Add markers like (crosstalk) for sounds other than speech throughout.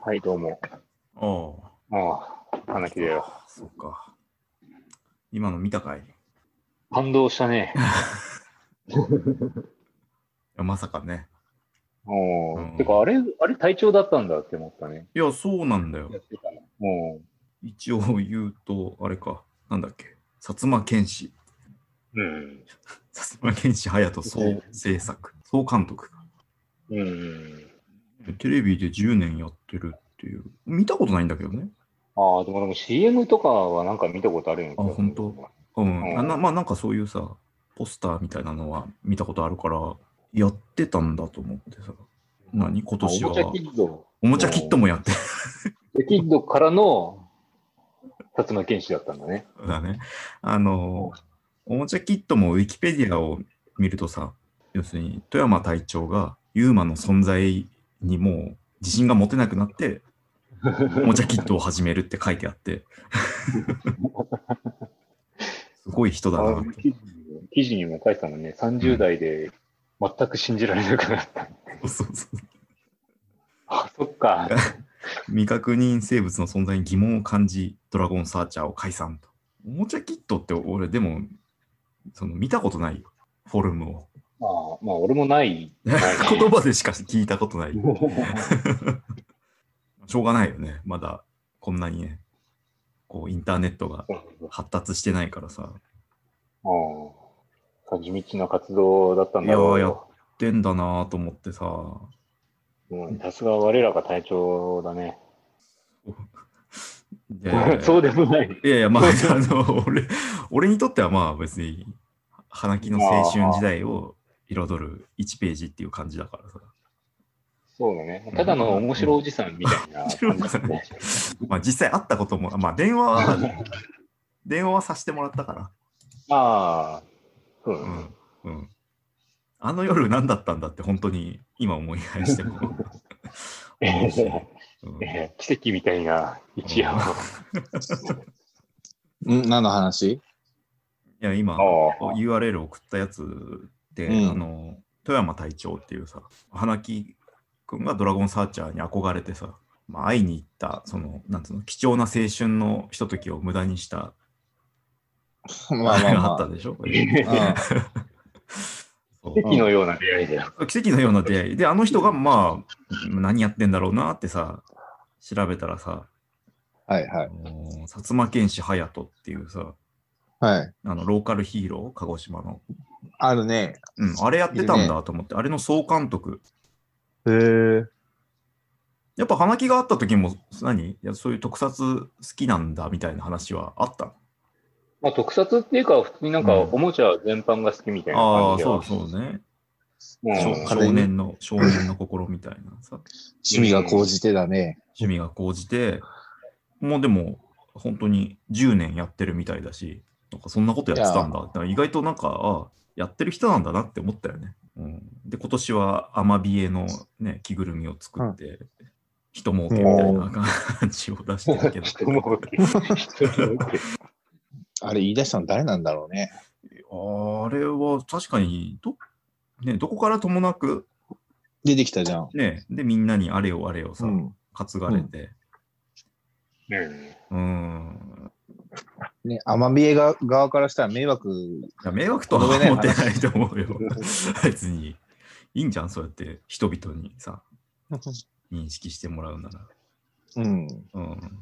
はい、どうも。おうああ、花きだよ。そうか。今の見たかいい感動したね。やまさかね。おうんうてか、あれ、あれ体調だったんだって思ったね。いや、そうなんだよや。ってたの。も一応言うと、あれか、なんだっけ、薩摩剣士、う、うん。薩摩剣士隼人総制作、総監督。うん。テレビで10年やってるっていう、見たことないんだけどね。ああ、でもでも CM とかはなんか見たことあるよね。あほんとうん、あなまあなんかそういうさ、ポスターみたいなのは見たことあるから、やってたんだと思ってさ、何今あお年もちゃはキ。ッド。おもちゃキットもやってでキッドからの薩摩剣士だったんだね。そうだね。あの、おもちゃキットもウィキペディアを見るとさ、要するに富山隊長がユーマの存在にもう自信が持てなくなって、おもちゃキットを始めるって書いて (laughs) あって。すごい人だなあ。記事記事にも書いてたもんね。30代で全く信じられなくな (laughs) った。そうそうそうあ、そっか。未確認生物の存在に疑問を感じ、ドラゴンサーチャーを解散と。おもちゃキットって俺でも、その見たことないよ。フォルムを。まあ、まあ、俺も (laughs) ない。言葉でしか聞いたことない。しょうがないよね。まだこんなにね、こうインターネットが発達してないからさ、うん。地道な活動だったんだいやいろやでんだなぁと思ってさ、うよ。うんさすが我らが隊長だね。いやい (laughs) やそうでもない。いやいや、まあ、あの、俺、俺にとってはまあ別に、花木の青春時代を彩る1ページっていう感じだからさ。そうだね。ただの面白おじさんみたいな感じだね。まあ実際会ったことも、まあ電話 (laughs) は、電話はさせてもらったから。ああ、そうだうねん。うん。あの夜何だったんだって本当に今思い返しても。思 (laughs) うしうんえー奇跡みたいな一夜を。ん何の話 (laughs) いや、今、ああ URL 送ったやつで、うんあの、富山隊長っていうさ、花木くんがドラゴンサーチャーに憧れてさ、まあ、会いに行った、その、なんつうの、貴重な青春のひとときを無駄にした、まあれまあがあったまで (laughs) しょ、あ。そう奇跡のような出会いだよ。奇跡のような出会い。で、あの人が、まあ、何やってんだろうなってさ、調べたらさ、うんはいはあい。の薩摩剣士隼人っていうさ、はい。あのローカルヒーロー、鹿児島の。あるね。うん、あれやってたんだと思って、あれの総監督へえ。やっぱ花木があった時も何いやそういう特撮好きなんだみたいな話はあったまあ、特撮っていうか、普通になんか、うんおもちゃ全般が好きみたいなあ感あじでーは。そうそうね、うん少そ少年の少年の心みたいなさ趣味が高じてだね。趣味が高じてもうでも本当に10年やってるみたいだしなんかそんなことやってたんだだから意外となんかああやってる人なんだなって思ったよね、うん、で今年はアマビエの、ね、着ぐるみを作って、人儲けみたいな感じを出してるけ (laughs) ど人も受け。人も受けあれ言い出したの誰なんだろうね。あれは確かにど、ね、どこからともなく、出てきたじゃん。ね、で、みんなにあれよあれよさ、うん。担がれて、うんうん、ね、アマビエが側からしたら迷惑。 (laughs) いや迷惑とは思ってないと思うよ。別に、いいんじゃん、そうやって人々にさ、認識してもらうなら。うん。うん、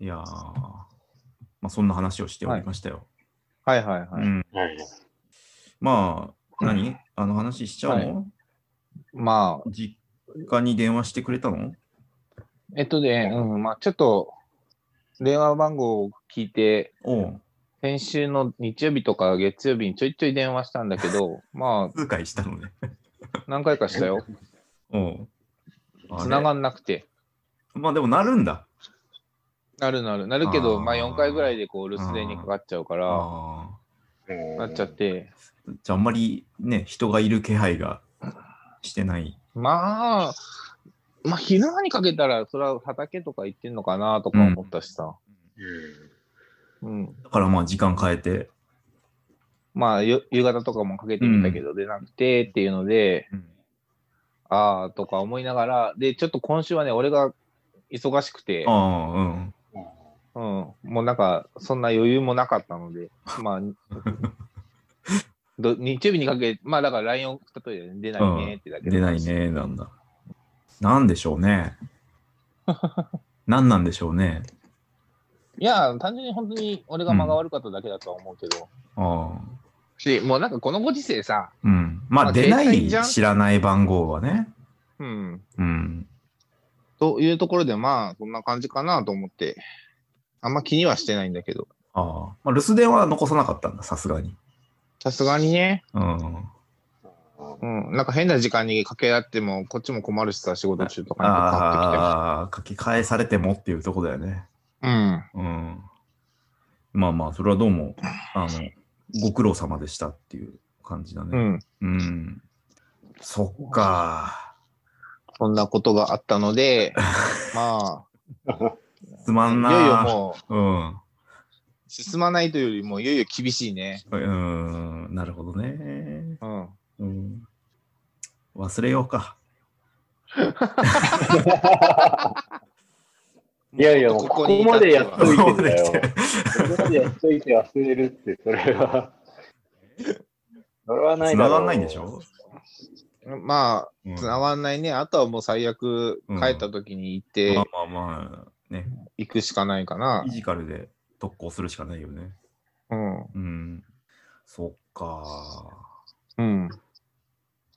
いやー、まあ、そんな話をしておりましたよ。はいはいはい。うん、はい。まあ、何あの話しちゃうの、まあ、実家に電話してくれたのえっとね、うん、まあちょっと、電話番号を聞いて、おう、先週の日曜日とか月曜日にちょいちょい電話したんだけど、ま数回したのね。あ何回かしたよ。おう。繋がる。んなくて。まあでもなるんだ。なるなる。なるけあど、ーまあ4回ぐらいでこう留守電にかかっちゃうから、あうんなっちゃって。あ。じゃああんまりね、人がいる気配がしてない。まあ、まあ昼間にかけたら、それは畑とか行ってんのかなとか思ったしさ。うんうん。だからまあ時間変えて。まあよ夕方とかもかけてみたけど、出なくてっていうので、ああとか思いながら、で、ちょっと今週はね、俺が忙しくて、ああ、うん。うん、もうなんか、そんな余裕もなかった (laughs) ので、まあ、ど日曜日にかけ、まあだから LINE 送ったとりで出ないねってだけ出ない。ね、なんだ。なんでしょうね。なんなんでしょうね。いや、単純に本当に俺が間が悪かっただけだとは思うけど、ああ。し、もうなんかこのご時世さ、うん。まあ、まあ出な携帯い、じゃん知らない番号はね。うん、うん。というところでまあ、そんな感じかなと思って、あんま気にはしてないんだけど、ああ。まあ、留守電は残さなかったんだ、さすがに。さすがにね、うん。うん、なんか変な時間に掛け合っても、こっちも困るしさ、仕事中とかにかああ、書き換えされてもっていうとこだよね。ってきて。うん。うん。まあまあ、それはどうも、あの、ご苦労様でしたっていう感じだうね。ん。うん。そっか。そんなことがあったの (laughs) で、まつまあ、んいなよいよもう、うん。進まないというよりも、いよいよ厳しいね。うん。なるほどね。うん。うん。忘れようか。いやいや、もうここまでやっといてんだよ。ここまで来ここまでやっといて忘れるって、それは。それはない繋だろうがんないんでしょまうんあ、つながんないね。あとはもう最悪うん、帰った時に行って、まあまあまあ、ね、行くしかないかなフィ。ジカルで特攻するしかないよね。うん。うん。そっか。うん。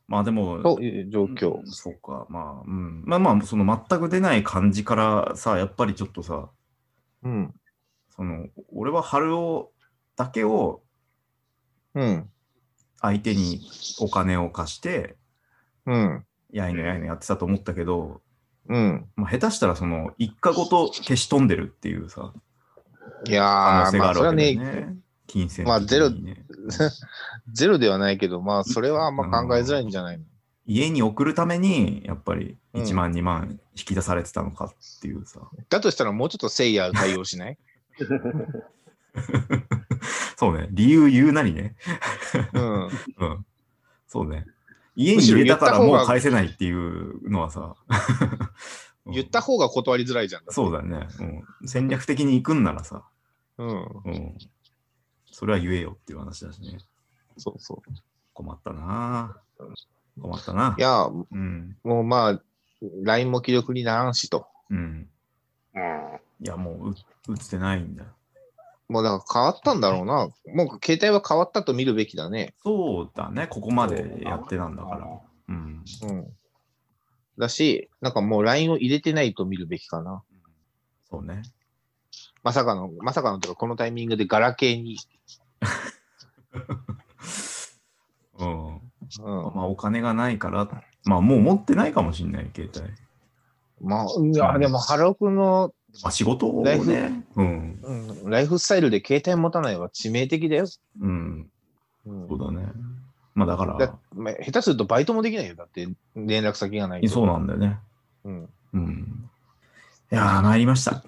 まあでも、という状況うん。そうか、まあ、うん。まあまあ、その全く出ない感じからさ、やっぱりちょっとさ、うん。その、俺は春をだけをうん。相手にお金を貸して、うん。やいのやいのやってたと思ったけど、うん。まあ、下手したらその、一家ごと消し飛んでるっていうさ、いやー、可能性がまああ、るそれわけだはねよ、ね。金銭的にね、まあゼロ (laughs) ゼロではないけど、まあ、それはあんま考えづらいんじゃないの (laughs) 家に送るために、やっぱりうん1万、2万引き出されてたのかっていうさ。だとしたら、もうちょっとセイヤー対応 (laughs) しないそうね、理由言うなりね。うん。うん。そうね。家に入れたからむしろ言った方がもう返せないっていうのはさ。 (laughs) うん言った方が断りづらいじゃん。そうだね、うん。戦略的に行くんならさ、うん。うん。それは言えよっていう話だしね。そうそ困ったなぁ困ったなう。いや、うん。もうまあ、LINE も気力にならんしと。うん。うんいや、もうう、打つてないんだ。もうだから変わったんだろうな。もう携帯は変わったと見るべきだね。そうだね、ここまでやってたんだから。うん。うん。だし、なんかもう LINE を入れてないと見るべきかな。そうね。まさかの、まさかのというか、このタイミングでガラケーに。うん。うまん。あ、お金がないから、まあ、もう持ってないかもしんない、携帯。まあ、いや、でも、ハロー君の、まあ、仕事をライフね。うん。うん、ライフスタイルで携帯持たないは致命的だよ。うん。うんそうだね。まあだから、だまあ下手するとバイトもできないよ。だって、連絡先がないと。そうなんだよね。うん。うん。いやー、参りました。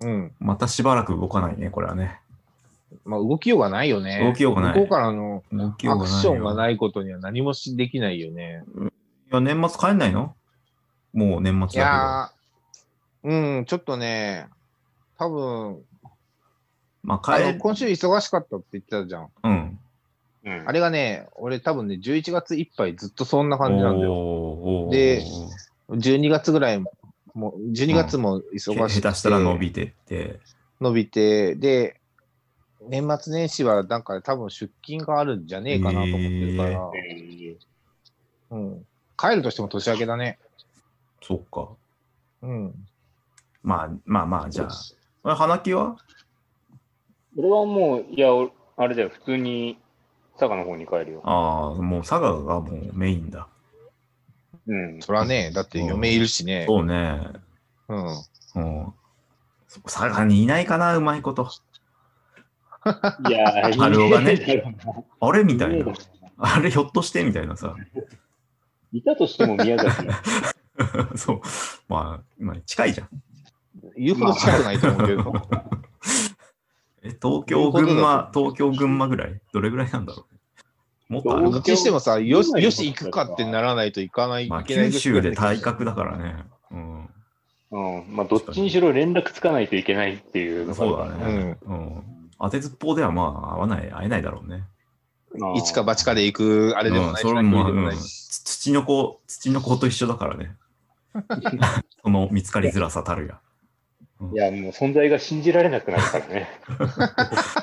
うん。またしばらく動かないね、これはね。まあ、動きようがないよね。動きようがない向こうからの動きよアうがクないよションがないことには何もしできないよね。いや、年末帰んないのもう年い末だやー、うん、ちょっとね、多分けど。まああ帰のる。今週忙しかったって言ってたじゃん。うん。うんあれがね、俺多分ね、11月いっぱいずっとそんな感じなんだおよ。ーおーでおー12月ぐらいも、もう12月も忙しくて、下手したら伸びてって。伸びて、で、年末年始はなんか多分出勤があるんじゃねえかなと思ってるから、へうん、帰るとしても年明けだね。そっか。うん。まあまあまあ、じゃあ。花木は俺はもう、いや、おあれだよ、普通に佐賀の方に帰るよ。ああ、もう佐賀がもうメインだ。 (laughs) うん。そらね、だって嫁いるしね。そうね。うん。うん。佐賀にいないかな、うまいこと。いや、春男がねいねえだろうなあれみたいねえだろ。なうな (laughs) あれ、ひょっとしてみたいなさ。 (laughs) いたとしても宮崎。そう。まあ、今、近いじゃん。言うほど近くないと思うけど。え、東京、ということだと群馬、東京、群馬ぐらいどれぐらいなんだろうもっとある (laughs) どどっっかちちにしてもさ、よし、どういうよし行くかってならないといかない、まあ、いけない九ぐらい州で体格だからね。うん。うん。まあ、どっちにしろ連絡つかないといけないっていうのがそうだね。うん。うん。当てずっぽうではまあ、会わない、会えないだろうね。あー一か八かで行く、あれでもうんないし、それもまあ、一人でもう、なんいつし土の子、土の子と一緒だから (laughs) ね。その見つかりづらさたるや。いや、もう存在が信じられなくなるからね。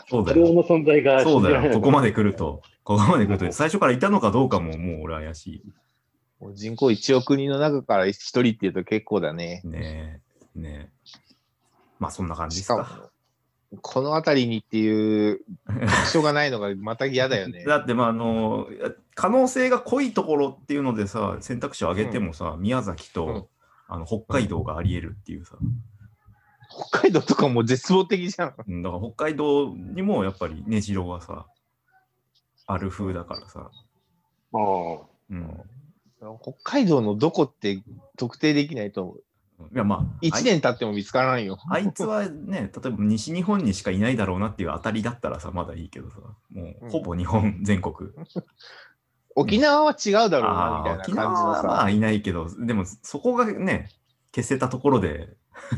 そう自だ分よ。の存在がそ信うじらだれよ。なくなここる。まで来ると、ここまで来ると、最初からいたのかどうかももう俺怪しもう人口1億人の中から一人っていうと結構だねい。。ねえ、ねえ。まあそんな感じでしすかもか。、この辺りにっていう、確証がないのがまた嫌だよね。だってまああの可能性が濃いところっていうのでさ選択肢を上げてもさ、宮崎と、うんあの北海道があり得るっていうさ、 (laughs) 北海道とかもう絶望的じゃん。うんだから北海道にもやっぱり根城はさある風だからさ、ああうん、北海道のどこって特定できないと、いやまああ1い年経っても見つからないよ。あいつはね例えば西日本にしかいないだろうなっていう当たりだったらさまだいいけどさもううんほぼ日本全国、沖縄は違うだろうな、あみたあいな沖感じ縄のはまさ。あいないけどでもそこがね消せたところで (laughs)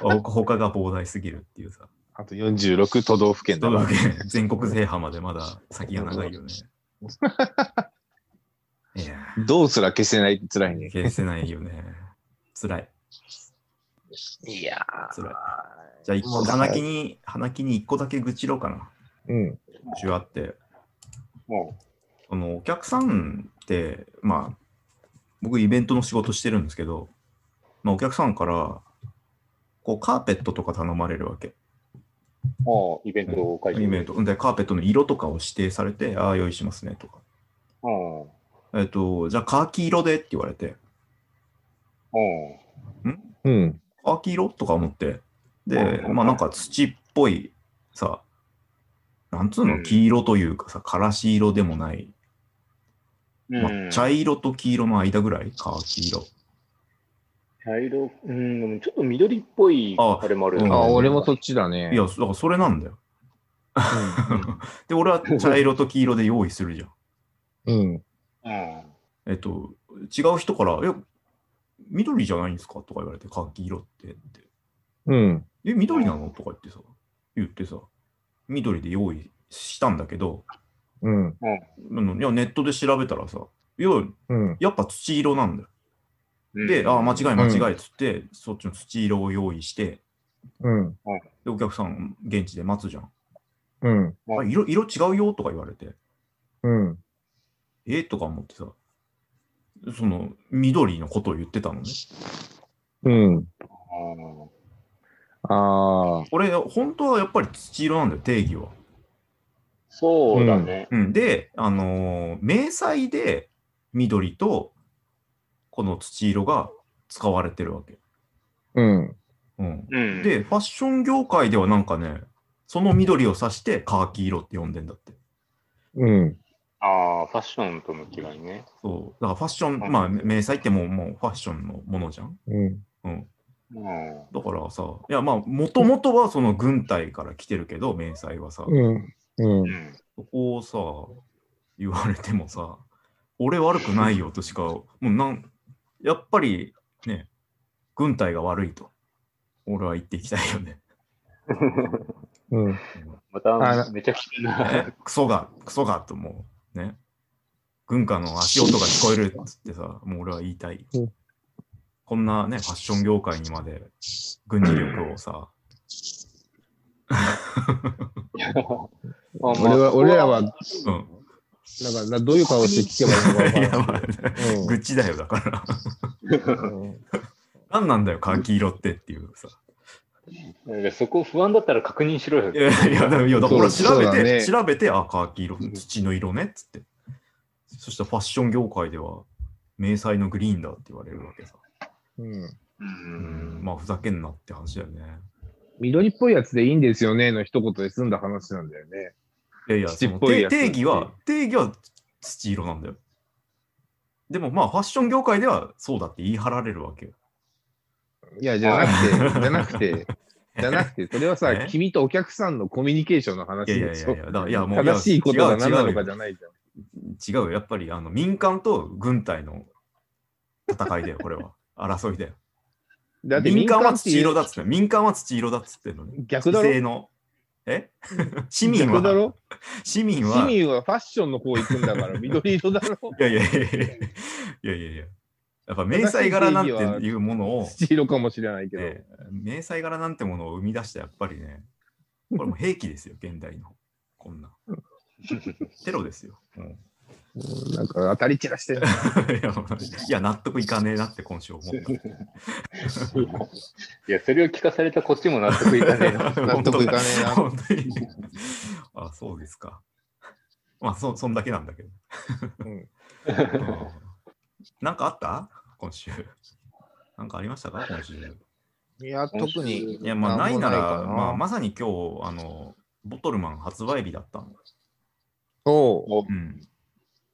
ほ他が膨大すぎるっていうさあと46都道府県だというわわけで全国制覇までまだ先が長い (laughs) よね。いやどうすら消せないって辛いね。消せないよね。辛い、いや辛い。じゃあ一も個、う花木に、花木に一個だけ愚痴ろうかな。ーうん。愚痴はあって。もあの、お客さんって、まあ、僕イベントの仕事してるんですけど、まあお客さんから、こうカーペットとか頼まれるわけ。う、もうイベントを開イベン催。ト。で、カーペットの色とかを指定されて、ああ、用意しますねとか。うん。うん。えっと、じゃあカーキ色でって言われて、うん。秋色とか思って。で、うんまあなんか土っぽいさ、なんつううの、ん黄色というかさ、からし色でもない、まうあん茶色と黄色の間ぐらい、カーキ色。茶色、うん、でもちょっと緑っぽいああれもあるうんあ、俺もそそっちだね。いや、だからそれなんだよ。で、俺は茶色と黄色で用意するじゃん。うん。うん。えっと、違う人から、え、緑じゃないんですかとか言われて、カーキ色ってって。うん。え、緑なのとか言ってさ、言ってさ、緑で用意したんだけど、うん。あのいやネットで調べたらさ、いや、うん。やっぱ土色なんだよ。うんで、ああ、間違いん間違いっつって、そっちの土色を用意して、うん。で、お客さん、現地で待つじゃん。うん。あ色色違うよとか言われて、うん。えー、とか思ってさ、その緑のことを言ってたのね。うん。うんああ。俺、本当はやっぱり土色なんだよ、定義は。そうだね。うん、で、あのー明細で緑とこの土色が使われてるわけ。うん。うん、うん。で、ファッション業界ではなんかね、その緑を指してカーキ色って呼んでんだって。うん。ああ、ファッションとの違いね。そう。だからファッション、うんまあ、迷彩ってもうもうファッションのものじゃん。うん。うん。うん。だからさ、いやまあ、もともとはその軍隊から来てるけど、迷彩はさ、うん。う。うんん。そこをさ、言われてもさ、俺悪くないよとしか、もうなん、やっぱりね、軍隊が悪いと、俺は言っていきたいよね。うん。うんまあた、のめちゃくちゃえな。クソが、クソがともう、ね。軍歌の足音が聞こえるっつってさ、もう俺は言いたいうん。こんなね、ファッション業界にまで軍事力をさ、まあ (laughs) 俺は俺らは、うん。だから、どういう顔して聞けばいいのかわから (laughs) やないばいね。愚痴だよ、だから。 (laughs) うんうん何なんだよ、カーキ色ってっていうさ。なんかそこ不安だったら確認しろよい。やいや、だからいやだから俺そう調べそうだて、ね調べて、あ、カーキ色、土の色ねっつって。そしたらファッション業界では、迷彩のグリーンだって言われるわけさ。うんううん。ん、まあ、ふざけんなって話だよね。緑っぽいやつでいいんですよねの一言で済んだ話なんだよね。いやいや、土そっのぽい定やつ定義は、定義は土色なんだよ。でもまあ、ファッション業界ではそうだって言い張られるわけよ。いや、じゃなくて、じゃなくて、(laughs) じゃなくくて、それはさえ、君とお客さんのコミュニケーションの話いやいやでいしやいょ。や、だからいやもう正しいことが何なのか違じゃないじゃん。うよ違うよ、やっぱり (laughs) あの民間と軍隊の戦いだよ、これは。争いだよ。だって民民間間はって土いう色だっつって、民間は土色だっつってんのね。逆だ規制ろの。え市民逆だは、ろ市民市は、い民はファッションの方行くんだ (laughs) から、緑色だろやいやいやいやいやいやいや、やっぱ迷彩柄なんていうものを、土色かもしれないけど。ええ迷彩柄なんてものを生み出したやっぱりね、これもう兵器です (laughs) よ、現代の。こんな。テロですよ。うん (laughs) うんなんか当たり散らしてる。いやいや、納得いかねえなって今週思った。いや、それを聞かされたこっちも納得いかねえな。 (laughs) 納得いかねえ (laughs) な本当に。あ、そうですか。まあ、そ、そんだけなんだけど。う (laughs) んうん (laughs) なんかあった今週。なんかありましたか今週。いいや、特に。や、まあ、ないなら、なんもないかなまあ、まさに今日、あの、ボトルマン発売日だったの。そう。おうん。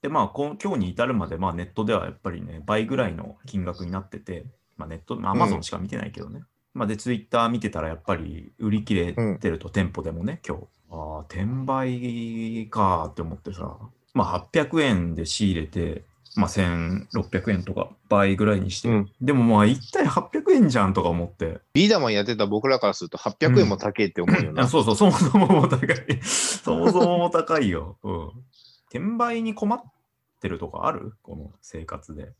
で、まあ、こん今日に至るまで、まあ、ネットではやっぱりね、倍ぐらいの金額になってて、まあ、ネット、まあ、アうんマゾンしか見てないけどね。まあ、で、ツイッター見てたら、やっぱり売り切れてると、店舗でもね、今日。ああ、転売かーって思ってさ、まあ、800円で仕入れて、まあ、1600円とか倍ぐらいにして、うんでもまあ、一体800円じゃんとか思って、ビーダマンやってた僕らからすると800円も高えって思うよあな。そうそう、そもそもも高 (laughs) い。そもそもも高いよ。うん。転売に困ってるとかあるこの生活で、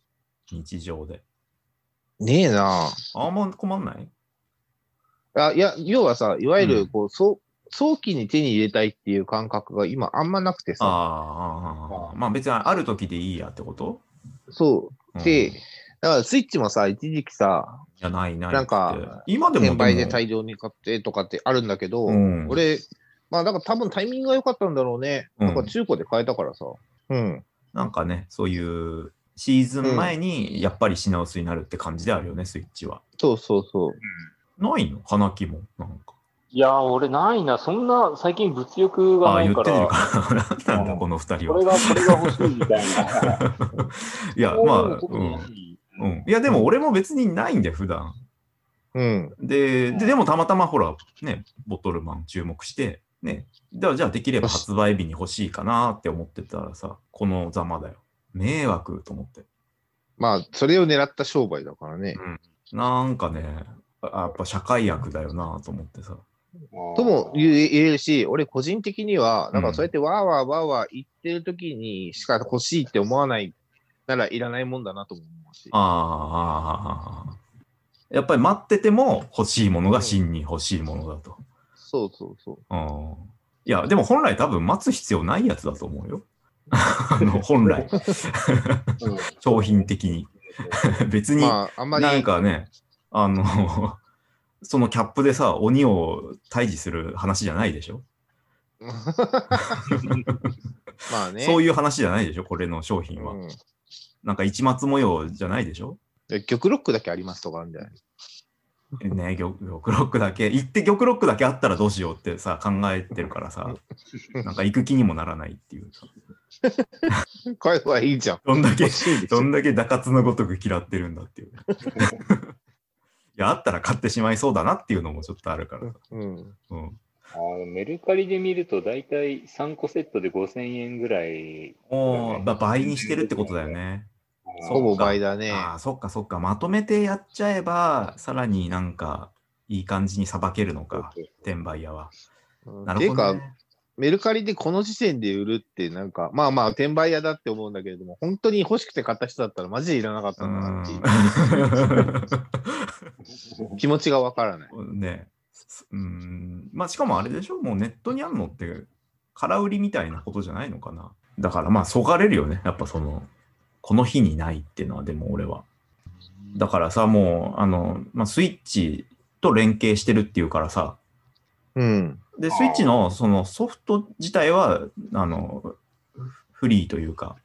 日常で。ねえなあんま困んないあ。いや、要はさ、いわゆうんるこう、そう早期に手に入れたいっていう感覚が今あんまなくてさ、あーあーあー、まあ別にある時でいいやってこと、そうう。んで、いだからスイッチもさ、一時期さ、や、ないないって。なんか今でも転売でも大量に買ってとかってあるんだけど、うん俺、まあだから多分タイミングが良かったんだろうね。うんなんか中古で買えたからさ。うん。なんかね、そういうシーズン前にやっぱり品薄になるって感じであるよね、スイッチは。そうそうそう。ないの花木も。なんか。 (laughs) いや、俺ないな。そんな最近物欲がああないー、言っかてみるら、から。なんだ、うんこの二人これは。が、これが欲しいみたいな。いや、 (laughs) まあ、うん。う。うんん、いや、でも俺も別にないんだよ、普段。うん。で、うんででもたまたまほら、ね、ボトルマン注目して、ね、だからじゃあできれば発売日に欲しいかなって思ってたらさ、このざまだよ。迷惑と思って。まあ、それを狙った商売だからね。なんかね、あやっぱ社会悪だよなと思ってさ。とも言え言えるし、俺個人的には、なんうんかそうやってわーわーわーわー言ってる時にしか欲しいって思わないならいらないもんだなとも思うし。あーあーあーあーやっぱり待ってても欲しいものが真に欲しいものだと。そうそうそう。うんいや、でも本来多分待つ必要ないやつだと思うよ。 (laughs) あの本う来、ん商品的に。 (laughs) 別にまあ、あんまり、なんかね、あの、 (laughs) そのキャップでさ、鬼を退治する話じゃないでしょ、まあね。そういいう話じゃないでしょこれの商品は。んなんか一末模様じゃないでしょで玉ロックだけありますとかあるんじゃないね玉、玉ロックだけ、行って玉ロックだけあったらどうしようってさ、考えてるからさ、なんか行く気にもならないっていう。買えばいいじゃん。どんだけ欲、しいでしどょ。んだけ打滑のごとく嫌ってるんだって (laughs) いう。いや、あったら買ってしまいそうだなっていうのもちょっとあるからさ。うん。うん。あのメルカリで見ると、大体3個セットで5000円ぐらい。おー、まあ倍にしてるってことだよね。ほぼ倍だね。ああ、そっかそっか。まとめてやっちゃえば、さらになんか、いい感じにさばけるのか、転売屋は。うんなてるいうほど、か、ね。メルカリでこの時点で売るって、なんか、まあまあ、転売屋だって思うんだけれども、本当に欲しくて買った人だったら、マジでいらなかったんだなっていう気持ちがわからない。うーん (laughs) ねすうん。まあ、しかもあれでしょもうネットにあんのって、空売りみたいなことじゃないのかな。だからまあ、そがれるよね。やっぱその、この日にないっていうのは、でも俺は。だからさ、もう、あの、まあ、スイッチと連携してるっていうからさ、うん。で、あースイッチのそのソフト自体は、あの、フリーというか、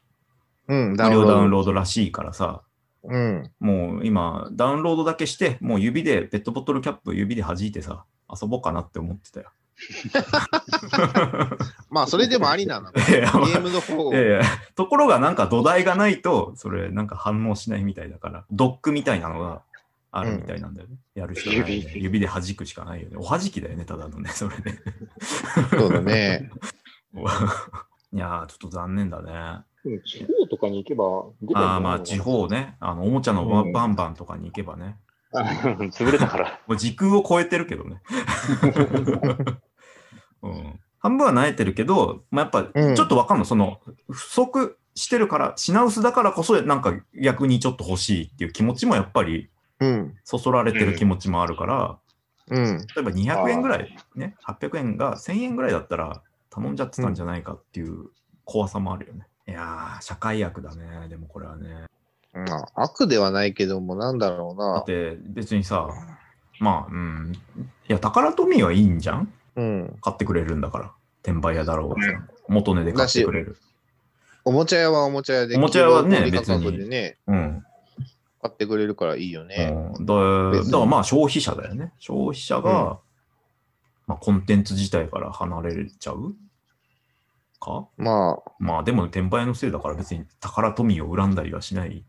うん、無料ダウンロードらしいからさ、うん。もう今、ダウンロードだけして、もう指で、ペットボトルキャップ指で弾いてさ、遊ぼうかなって思ってたよ。 (laughs) まあ、それでもありな (laughs) の。ゲいやまあームの方をい。やいやところがなんか土台がないと、それなんか反応しないみたいだから、ドックみたいなのがあるみたいなんだよね。やるしかない、ね。指指で弾くしかないよね。おはじきだよね、ただのね、それ (laughs) ね。そうだね。いやー、ちょっと残念だね。うん地方とかに行けば出たんじゃないのかな、ああーまあ地方ね、あのおもちゃのバうんバンバンとかに行けばね、潰れたから。もう時空を超えてるけどね。 (laughs) うん、半分は慣れてるけど、まあ、やっぱうんちょっとわかんない、その不足してるから、品薄だからこそ、なんか逆にちょっと欲しいっていう気持ちもやっぱりうん。そそられてる気持ちもあるから、うん。例えば200円ぐらい、ね、800円が1000円ぐらいだったら頼んじゃってたんじゃないかっていう怖さもあるよね。いやー、社会悪だね、でもこれはね。まあ、悪ではないけども、なんだろうだなっ。て別にさ、まあ、うん、いや、宝トミーはいいんじゃんうん。買ってくれるんだから。転売屋だろうがさ、元値で買ってくれる。おもちゃ屋はおもちゃ屋で、おもちゃ屋はね希望小売価格でね、うん。買ってくれるからいいよね。うんだ別にだからまあ消費者だよね。消費者が、まあ、コンテンツ自体から離れちゃうかまあ、まあでも転売のせいだから別に宝富を恨んだりはしない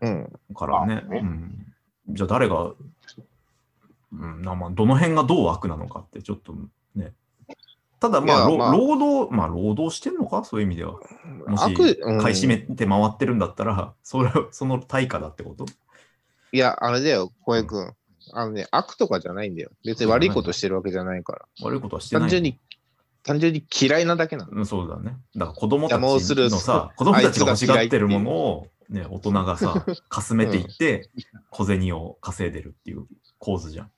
うん。からね。あねうん、じゃあ誰が、うんなまあ、どの辺がどう悪なのかってちょっとね。ただまあ、いろやまあ労働、まあ労働してんのかそういう意味では。もし悪、うん買い占めて回ってるんだったら、 (laughs) それその対価だってこといや、あれだよ、小江君。あのね、悪とかじゃないんだよ。別に悪いことしてるわけじゃないから。悪いことはしてない。単純に、単純に嫌いなだけなの。うん、そうだね。だから子供たち邪魔をするのさ、 (laughs) 子供たちが欲しがってるものを、ね、大人がさ、 (laughs) かすめていって、小銭を稼いでるっていう構図じゃん。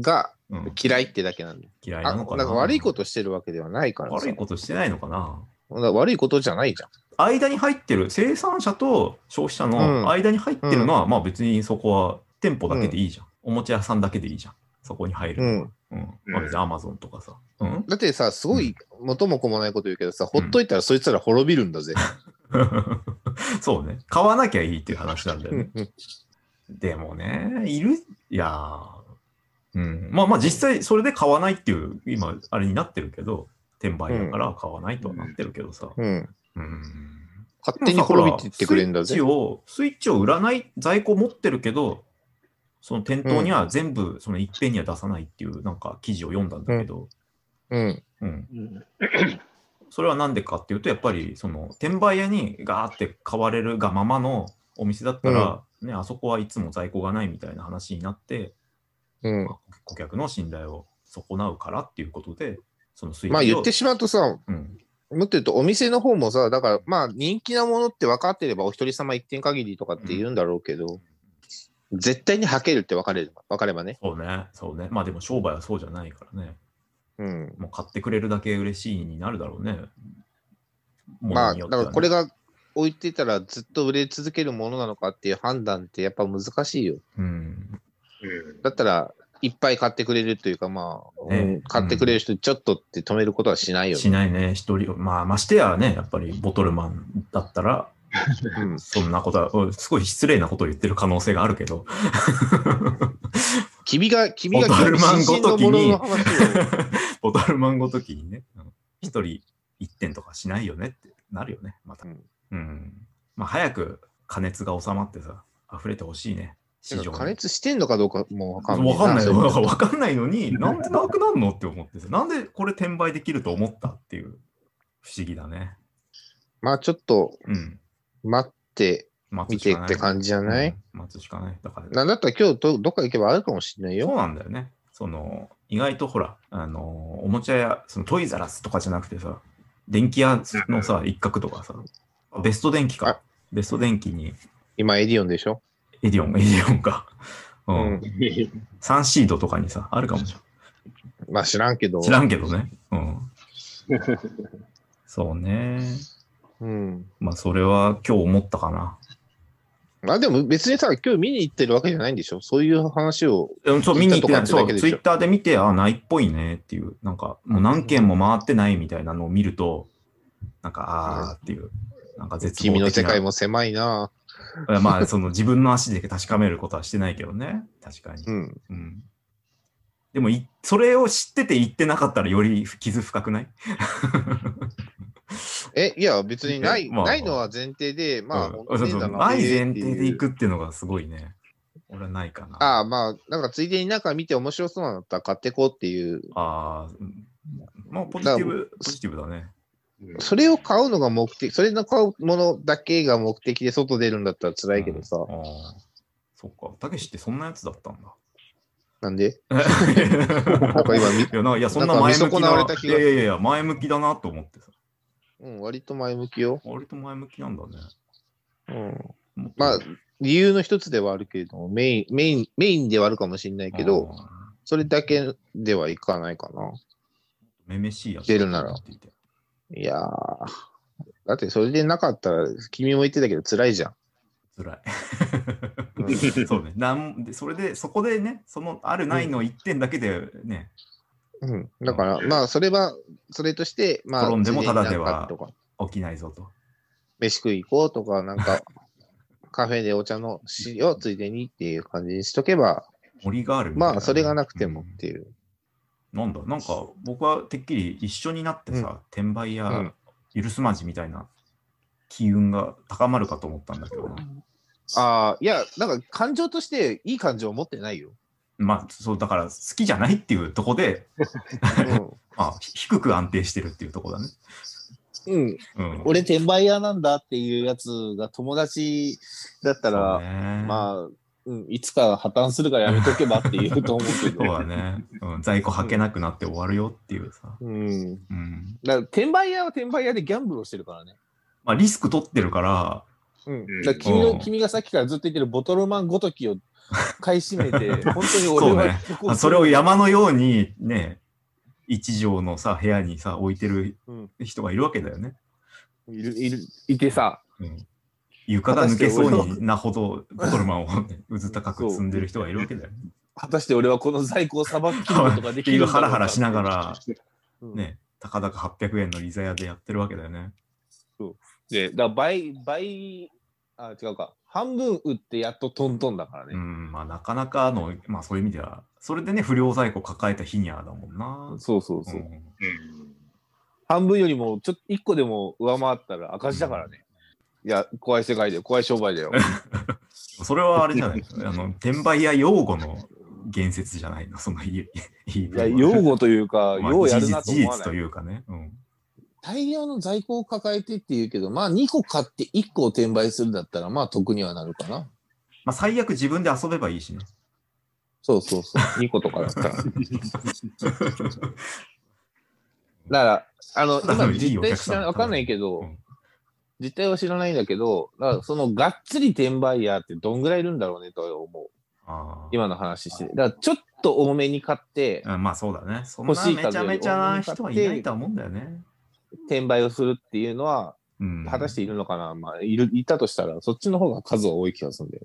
が、うん、嫌いってだけなんだよ。嫌いあななんのかかな。悪いことしてるわけではないからさ悪いことしてないのかな。だから悪いことじゃないじゃん。間に入ってる、生産者と消費者うのん間に入ってるのは、まあ別にそこは店舗だけでいいじゃん。おもちゃ屋さんだけでいいじゃん。そこに入るうのは。ん、うん。まあ別にアマゾンとかさ。うん。 (laughs) だってさ、すごい元も子もないこと言うけどさ、ほっといたらそいつら滅びるんだぜ。そうね。買わなきゃいいっていう話なんだようね。んうんでもね、いる、いやー、うん、まあまあ実際それで買わないっていう、今、あれになってるけど、転売だから買わないとはなってるけどさ。うん、うん。勝でも手にさほら滅びていってくれるんだスイッぜチ。を、スイッチを売らない在庫持ってるけど、その店頭には全部、その一遍には出さないっていう、なんか記事を読んだんだけど、うん、うん。それはなんでかっていうと、やっぱりその転売屋にガーって買われるがままのお店だったら、ね、あそこはいつも在庫がないみたいな話になって、うん。まあ顧客の信頼を損なうからっていうことで、そのスイッチを。まあ言ってしまうとさ、うん、もっと言うとお店の方もさ、だからまあ人気なものって分かってればお一人様一点限りとかって言うんだろうけど、絶対に吐けるって分かれば分かればね。そうね、そうね。まあでも商売はそうじゃないからね。うん。もう買ってくれるだけ嬉しいになるだろうね。ま物あ、によだってはねからこれが置いてたらずっと売れ続けるものなのかっていう判断ってやっぱ難しいよ。うん。だったら、いっぱい買ってくれるというか、まあ、ねうん買ってくれる人、ちょっとって止めることはしないよしね。ないね、一人を。まあ、ましてやね、やっぱりボトルマンだったら、うんそんなことは、うんすごい失礼なことを言ってる可能性があるけど、君が、君が、ボトルマンごときに新進のものの話を (laughs) ボトルマンごときにね、うん一人一点とかしないよねってなるよね、また。うんうん。まあ、早く加熱が収まってさ、溢れてほしいね、市場に加熱してんのかどうかもわかんない。わかんないよ。そだうからわかんないのに、なんでなくなんのって思ってさ、なんでこれ転売できると思ったっていう、不思議だね。まあ、ちょっと、うん。待って待みつしてっかない。て感じじゃない、うん待つしかない。だから、なんだったら今日ど、どっか行けばあるかもしれないそうよ。なんだよね。その、意外とほら、あのおもちゃ屋、そのトイザラスとかじゃなくてさ、電気屋のさ、一角とかさ、あベスト電気かあ。ベスト電気に、今、エディオンでしょエディオンが、エディオンか。うん。うんサンシードとかにさ、あるかもしれまあ、知らんけど。ない。知らんけどね。 (laughs) うん。そうね。うん。まあ、それは今日思ったかな。まあ、でも別にさ、今日見に行ってるわけじゃないんでしょそういう話を。うんそう、見に行ってない。ツイッタそーとかだけう、でツイしょッターで見て、あ、ないっぽいねっていう、なんか、もう何件も回ってないみたいなのを見ると、なんか、あーっていう、なんか絶望的な。君の世界も狭いな。うんまあ、その自分の足で確かめることはしてないけどね。確かにう。ん。うん。でもい、それを知ってて言ってなかったら、より傷深くないえ、いや、別にない、えまあないのは前提で、まあ、うん本当そうにそうだなないえー前っていう提で行くっていうのがすごいね。俺はないかな。ああ、まあ、なんかついでになんか見て面白そうなのだったら買ってこうっていう、あー。うんまあ、ポジティブ、ポジティブだね。それを買うのが目的、それの買うものだけが目的で外出るんだったら辛いけどさ、うんあーそっか、たけしってそんなやつだったんだ。なんでな (laughs) なんか今みいやなんかいや、そんな前向きな、なんか見損なわれたい気がやいやいや、前向きだなと思ってさ。うん、割と前向きよ。割と前向きなんだね。うん。もっとまあ、理由の一つではあるけれども、メイン、メイン、メインではあるかもしれないけど、、あーそれだけではいかないかな。めめしいやつ。出るなら。いやー。だってそれでなかったら、君も言ってたけど辛いじゃん。辛い。うん (laughs) そうね。なんでそれで、そこでね、そのあるないの一点だけでね、うん。だから、まあ、それは、それとして、まあ、転んでもただでは常になんかとか、起きないぞと。飯食い行こうとか、な (laughs) んか、カフェでお茶の資料ついでにっていう感じにしとけば、森があるみたいまあ、それがなくてもうっんていう。なんだ、なんか僕はてっきり一緒になってさ、転売うやん許すまじみたいな機運が高まるかと思ったんだけどな、ああ、いや、なんか感情としていい感情を持ってないよ。まあ、そう、だから好きじゃないっていうとこで、うまあ、ひ低く安定してるっていうとこだね。ん。うん、うん。俺、転売屋なんだっていうやつが友達だったら、まあ、まあ、うん、いつか破綻するからやめとけばって言うと思うけそうど。だね、うん。在庫履けなくなって終わるよっていうさ。 (laughs) うん、うん。だから転売屋は転売屋でギャンブルをしてるからね。まあ、リスク取ってるから、うん、だから君うんの君がさっきからずっと言ってるボトルマンごときを買い占めて、 (laughs) 本当に俺そうはね曲あそれを山のようにね、一畳のさ、部屋にさ、置いてるうん人がいるわけだよね。いるいるいてさ、うん床が抜けそうになほ (laughs) どボトルマンを、ね、うず高く積んでる人がいるわけだよね。果たして俺はこの在庫をさばく (laughs) ことがでってきいるうんだろうハかラハラしながら、うんね、たかだか800円のリザヤでやってるわけだよね。で、だから倍、倍、あ、違うか、半分売ってやっとトントンだからうね。ん、まあなかなかの、まあそういう意味では、それでね、不良在庫抱えた日にゃーだもんな。そうそうそう。うんうん。半分よりも、ちょっと1個でも上回ったら赤字だからね。いや、怖い世界だよ、怖い商売 (laughs) だよ。それはあれじゃ (laughs) ないあの、転売屋用語の言説じゃないの、 (laughs) その言い言いい分や、は用語というか、まあようやる事なと実思事わ実とない。いうかね。うん。大量の在庫を抱えてっていうけど、まあ2個買って1個を転売するんだったら、まあ得にはなるかな。まあ、最悪自分で遊べばいいしね。そうそ (laughs) うそう、2個とかだったら。だから、あの、ただ今のいい実お客態知さらんない、わかんないけど、うん実態は知らないんだけど、だからそのがっつり転売ヤーってどんぐらいいるんだろうねとは思う。あ今の話して。だからちょっと多めに買って、あ。まあそうだね。そん欲なしいめちゃめちゃな人はいないとは思うんだよね。転売をするっていうのは、うん。果たしているのかな、まあ、いる、いたとしたら、そっちの方が数は多い気がするんだよ。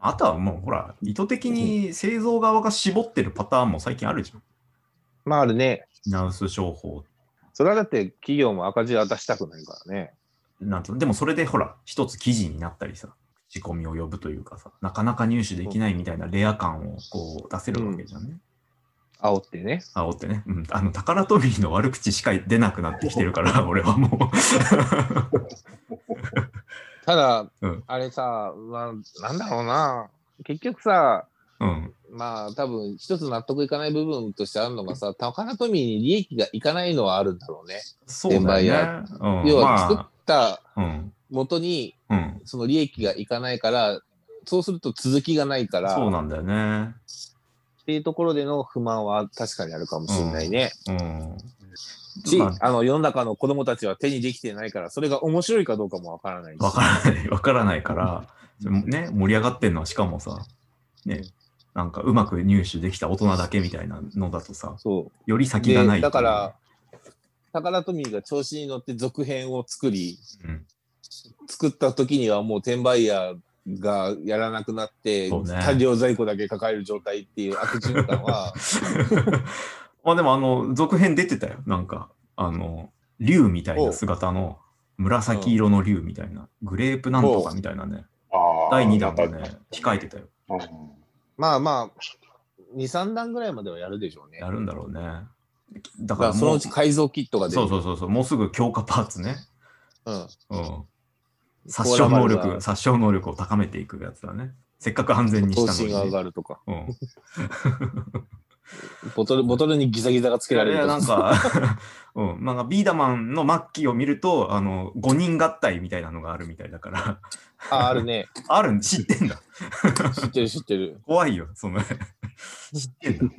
あとはもうほら、意図的に製造側が絞ってるパターンも最近あるじゃん。まあ、あるね。ナウス商法。それはだって企業も赤字は出したくないからね。なんとでもそれでほら、一つ記事になったりさ、口コミを呼ぶというかさ、なかなか入手できないみたいなレア感をこう出せるわけじゃんね。煽ってね。煽ってね。うん。あの、タカラトミーの悪口しか出なくなってきてる (laughs) から、俺はもただ、うんあれさ、まあ、なんだろうな。結局さ、う。うん。まあ多分一つ納得いかない部分としてあるのがさ、高菜富に利益がいかないのはあるんだろうね。そうだよ転売ね屋。うん、要は作っまたあ、うん。元にうん。その利益がいかないから、そうすると続きがないから、そうっなんだよね。ていうところでの不満は確かにあるかもしれないね。うん。し、まあの世の中の子供たちは手にできてないから、それが面白いかどうかもわからないしあ、わからない、わからないから、それもね、盛り上がってんのは、しかもさ、ね、なんかうまく入手できた大人だけみたいなのだとさ、そよりう。先でがないっていう。だから、高田富が調子に乗って続編を作り、うん、 (laughs) 作った時にはもう転売ヤーがやらなくなって、そうね大量在庫だけ抱える状態っていう悪循 (laughs) 環は、まあでも、あの、続編出てたよ。なんか、あの、竜みたいな姿の、紫色の竜みたいな、グレープなんとかみたいなね、ああ。第2弾がねなんか、控えてたよ。うんまあまあ、2、3段ぐらいまではやるでしょうね。やるんだろうね。だだかかららそのもうう、ちそ改造キットがう出そる。うそうそう、もうすぐ強化パーツね。うんうん。殺傷能力、殺傷能力を高めていくやつだね。せっかく安全にし頭たの身にがね、上がるとか、うん。ボトル、ボトルにギザギザがつけられいやるいやなとかん。か、 (laughs) うん、まあ、ビーダマンの末期を見ると、あの、5人合体みたいなのがあるみたいだから、 (laughs) あ、あるね。あるん、知ってんだ。知ってる、知ってる。怖いよ、その、知 (laughs) ってんだ。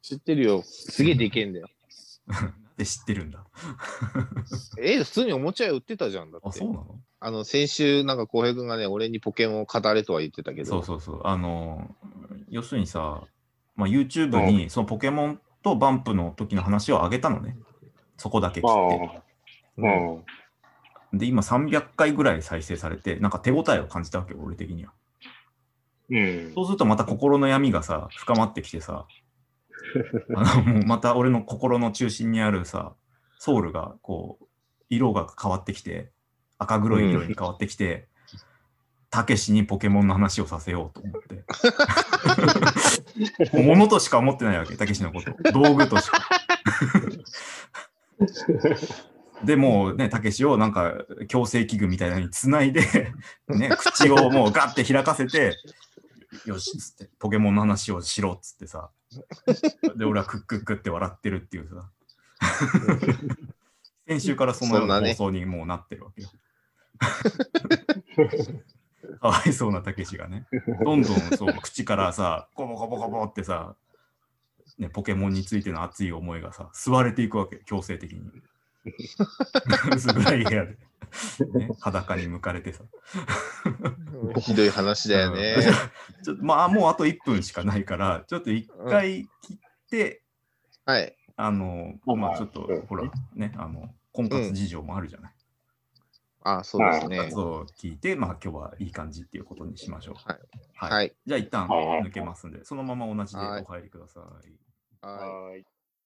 知ってるよ。すげえでけえんだよ。なんで知ってるんだ。え、普通におもちゃ屋売ってたじゃんだあ、ってそう。なのあの、先週、なんか浩平君がね、俺にポケモンを語れとは言ってたけど。そうそうそう。あの、要するにさ、まあ、YouTube にそのポケモンとバンプの時の話を上げたのね。そこだけ切って。ああ。うん。で、今300回ぐらい再生されて、なんか手応えを感じたわけよ、俺的には。うん。そうするとまた心の闇がさ、深まってき (laughs) てさ、あのもうまた俺の心の中心にあるさ、ソウルがこう、色が変わってきて、赤黒い色に変わってきて、たけしにポケモンの話をさせようと思 (laughs) って。もう物としか思ってないわけ、たけしのこと。道具と (laughs) しか。でもうね、たけしをなんか矯正器具みたいなのにつないで、ね、口をもうガッて開かせて、よしっつって、ポケモンの話をしろっつってさ。で、俺はクックックって笑ってるっていうさ。先週からそのようそなん放なね送にもうなってるわけよ。かわいそうなたけしがね。どんどんそう口からさ、コボコボコボってさ、ね、ポケモンについての熱い思いがさ、吸われていくわけよ、強制的に。薄暗い部屋で、ね、裸に向かれてさ。ひどい話だよね。うん (laughs) ちょっとまあ、もうあと1分しかないから、ちょっと一回切って、はい。あの、うんまあちょっとうん、ほら、ね、あの、婚活事情もあるじゃない。あ、そうですね。そう聞いて、まあ今日はいい感じっていうことにしましょう。はい。はい。はい。じゃあ一旦はい抜けますんで、そのまま同じでお入りくださいはいい。